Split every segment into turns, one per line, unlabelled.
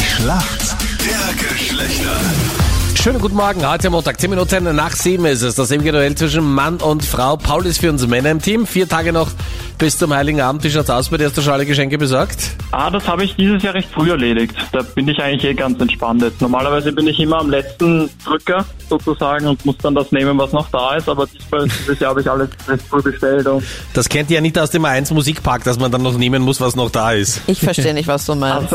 Schlacht der Geschlechter.
Schönen guten Morgen. Heute Montag, 10 Minuten nach 7 ist es. Das ewige Duell zwischen Mann und Frau. Paul ist für uns Männer im Team. Vier Tage noch bis zum Heiligen Abend. Wie schaut's aus? Bei dir hast du schon alle Geschenke besorgt?
Ah, das habe ich dieses Jahr recht früh erledigt. Da bin ich eigentlich eh ganz entspannt jetzt. Normalerweise bin ich immer am letzten Drücker sozusagen und muss dann das nehmen, was noch da ist. Aber diesmal, dieses Jahr habe ich alles recht früh bestellt. Und
Das kennt ihr ja nicht aus dem 1 Musikpark, dass man dann noch nehmen muss, was noch da ist.
Ich verstehe nicht, was du meinst.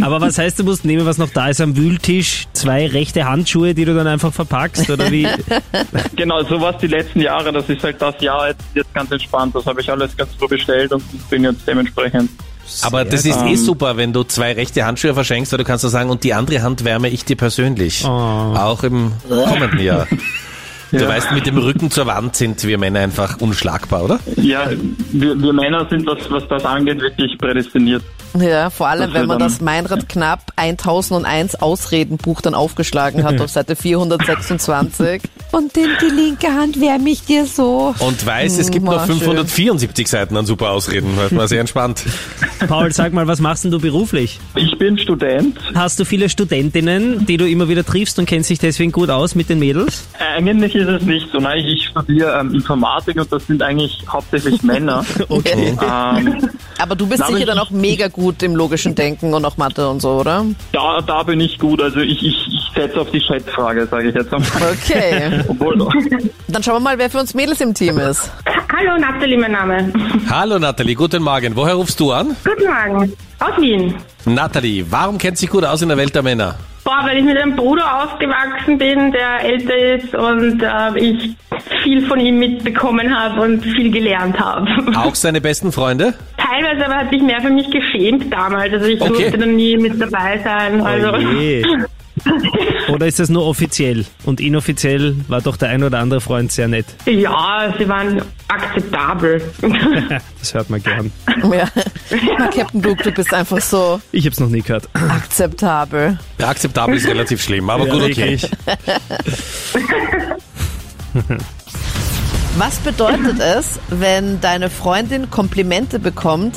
Aber was heißt, du musst nehmen, was noch da ist am Wühltisch? Zwei rechte Handschuhe, die du dann einfach verpackst? Oder wie?
genau, so war es die letzten Jahre. Das ist halt das Jahr jetzt, jetzt ganz entspannt. Das habe ich alles ganz früh bestellt und bin jetzt dementsprechend.
Aber das ist eh super, wenn du zwei rechte Handschuhe verschenkst, weil du kannst ja sagen, und die andere Hand wärme ich dir persönlich. Auch im kommenden Jahr. Du weißt, mit dem Rücken zur Wand sind wir Männer einfach unschlagbar, oder?
Ja, wir, wir Männer sind, was, was das angeht, wirklich prädestiniert.
Ja, vor allem,
Das
wenn
wird
man
dann-
das Meinrad Knapp 1001 Ausredenbuch dann aufgeschlagen hat auf Seite 426. Und in die linke Hand wärme ich dir so.
Und weiß, es gibt
Hm,
noch
war schön.
574 Seiten an super Ausreden. Hört mal sehr entspannt.
Paul, sag mal, was machst denn du beruflich?
Ich bin Student.
Hast du viele Studentinnen, die du immer wieder triffst und kennst dich deswegen gut aus mit den Mädels?
Äh, Eigentlich ist es nicht so. Nein, ich studiere ähm, Informatik und das sind eigentlich hauptsächlich Männer.
Okay.
ähm,
Aber du bist
Na, aber
sicher
ich-
dann auch mega gut im logischen Denken und auch Mathe und so, oder?
da, da bin ich gut. Also ich, ich, ich setze auf die Chatfrage, sage ich jetzt einmal.
Okay.
Obwohl,
Dann schauen wir mal, wer für uns Mädels im Team ist.
Hallo Nathalie, mein Name.
Hallo Nathalie, guten Morgen. Woher rufst du an?
Guten Morgen. Aus Wien.
Nathalie, warum kennt sich gut aus in der Welt der Männer?
Boah, weil ich mit einem Bruder aufgewachsen bin, der älter ist und äh, ich viel von ihm mitbekommen habe und viel gelernt habe.
Auch seine besten Freunde?
Teilweise aber hat sich mehr für mich geschämt damals. Also ich
Okay.
durfte dann nie mit dabei sein.
Oh
Also
je. Oder ist das nur offiziell? Und inoffiziell war doch der ein oder andere Freund sehr nett.
ja, sie waren akzeptabel.
Das hört man gern.
Ja. Na, Captain Luke, du bist einfach so
Ich hab's noch nie gehört.
akzeptabel.
Ja, akzeptabel ist relativ schlimm, aber gut, okay.
wirklich.
Was bedeutet es, wenn deine Freundin Komplimente bekommt,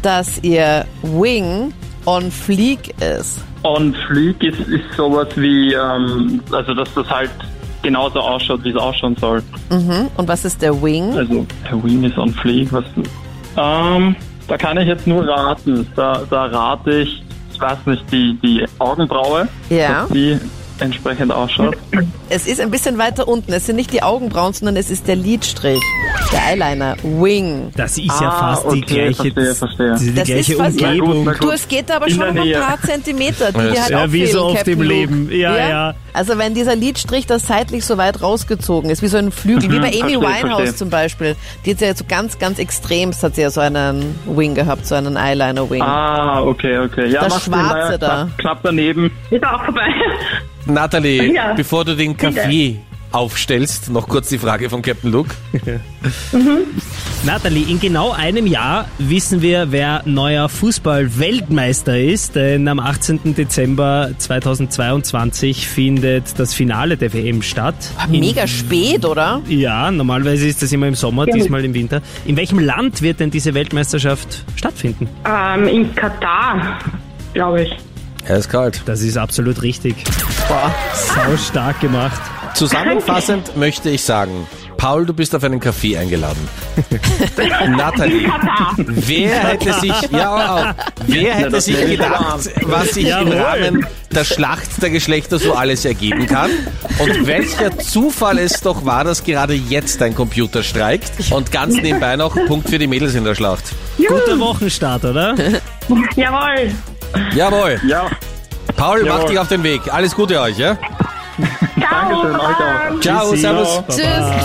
dass ihr Wing on Fleek ist?
on Fleek ist, ist sowas wie, ähm, also dass das halt genauso ausschaut, wie es ausschauen soll.
Und was ist der Wing?
Also Halloween ist on Fleek. Was? Ähm, da kann ich jetzt nur raten. Da, da rate ich, ich weiß nicht, die, die Augenbraue,
Ja.
dass die entsprechend ausschaut.
Es ist ein bisschen weiter unten. Es sind nicht die Augenbrauen, sondern es ist der Lidstrich, der Eyeliner, Wing.
Das ist ja
Ah,
fast
okay,
die gleiche,
verstehe, verstehe.
Die, die
Das
gleiche
ist was- Na
gut,
Umgebung.
na
Du, es geht da aber
In
schon
der
um ein
Nähe.
paar Zentimeter, die
Ja,
halt
ja,
auch
wie
fehlen,
so oft
Captain
im
Luke.
Leben. Ja, ja.
Also wenn dieser Lidstrich das seitlich so weit rausgezogen ist, wie so ein Flügel, wie bei Amy
Mhm. verstehe,
Winehouse
verstehe.
zum Beispiel. Die hat ja so ganz, ganz extremst hat sie ja so einen Wing gehabt, so einen Eyeliner-Wing.
Ah, okay, okay. Ja,
Das
macht Sinn,
Schwarze
naja,
da.
Knapp, knapp daneben.
Ist auch vorbei.
Nathalie,
Ja.
bevor du den Kaffee aufstellst, noch kurz die Frage von Captain Luke.
Nathalie, in genau einem Jahr wissen wir, wer neuer Fußball-Weltmeister ist, denn am 18. Dezember 2022 findet das Finale der WM statt.
Mega spät, oder?
In, ja, normalerweise ist das immer im Sommer, diesmal im Winter. In welchem Land wird denn diese Weltmeisterschaft stattfinden?
Ähm, in Katar, glaube ich.
Er ist kalt.
Das ist absolut richtig. Boah, sau stark gemacht.
Zusammenfassend möchte ich sagen, Paul, du bist auf einen Kaffee eingeladen. Nathalie,
Katar.
wer hätte sich, ja, auch, wer hätte
das
sich
wäre
gedacht, was sich im
Jawohl.
Rahmen der Schlacht der Geschlechter so alles ergeben kann? Und welcher Zufall es doch war, dass gerade jetzt ein Computer streikt und ganz nebenbei noch Punkt für die Mädels in der Schlacht.
Guter Wochenstart, oder?
Jawohl.
Jawohl,
Ja,
Paul, mach
Jawohl.
dich auf den Weg. Alles Gute euch, ja?
Ciao.
Dankeschön, euch auch.
Baba.
Ciao,
Tschüssi.
servus.
Tschüss.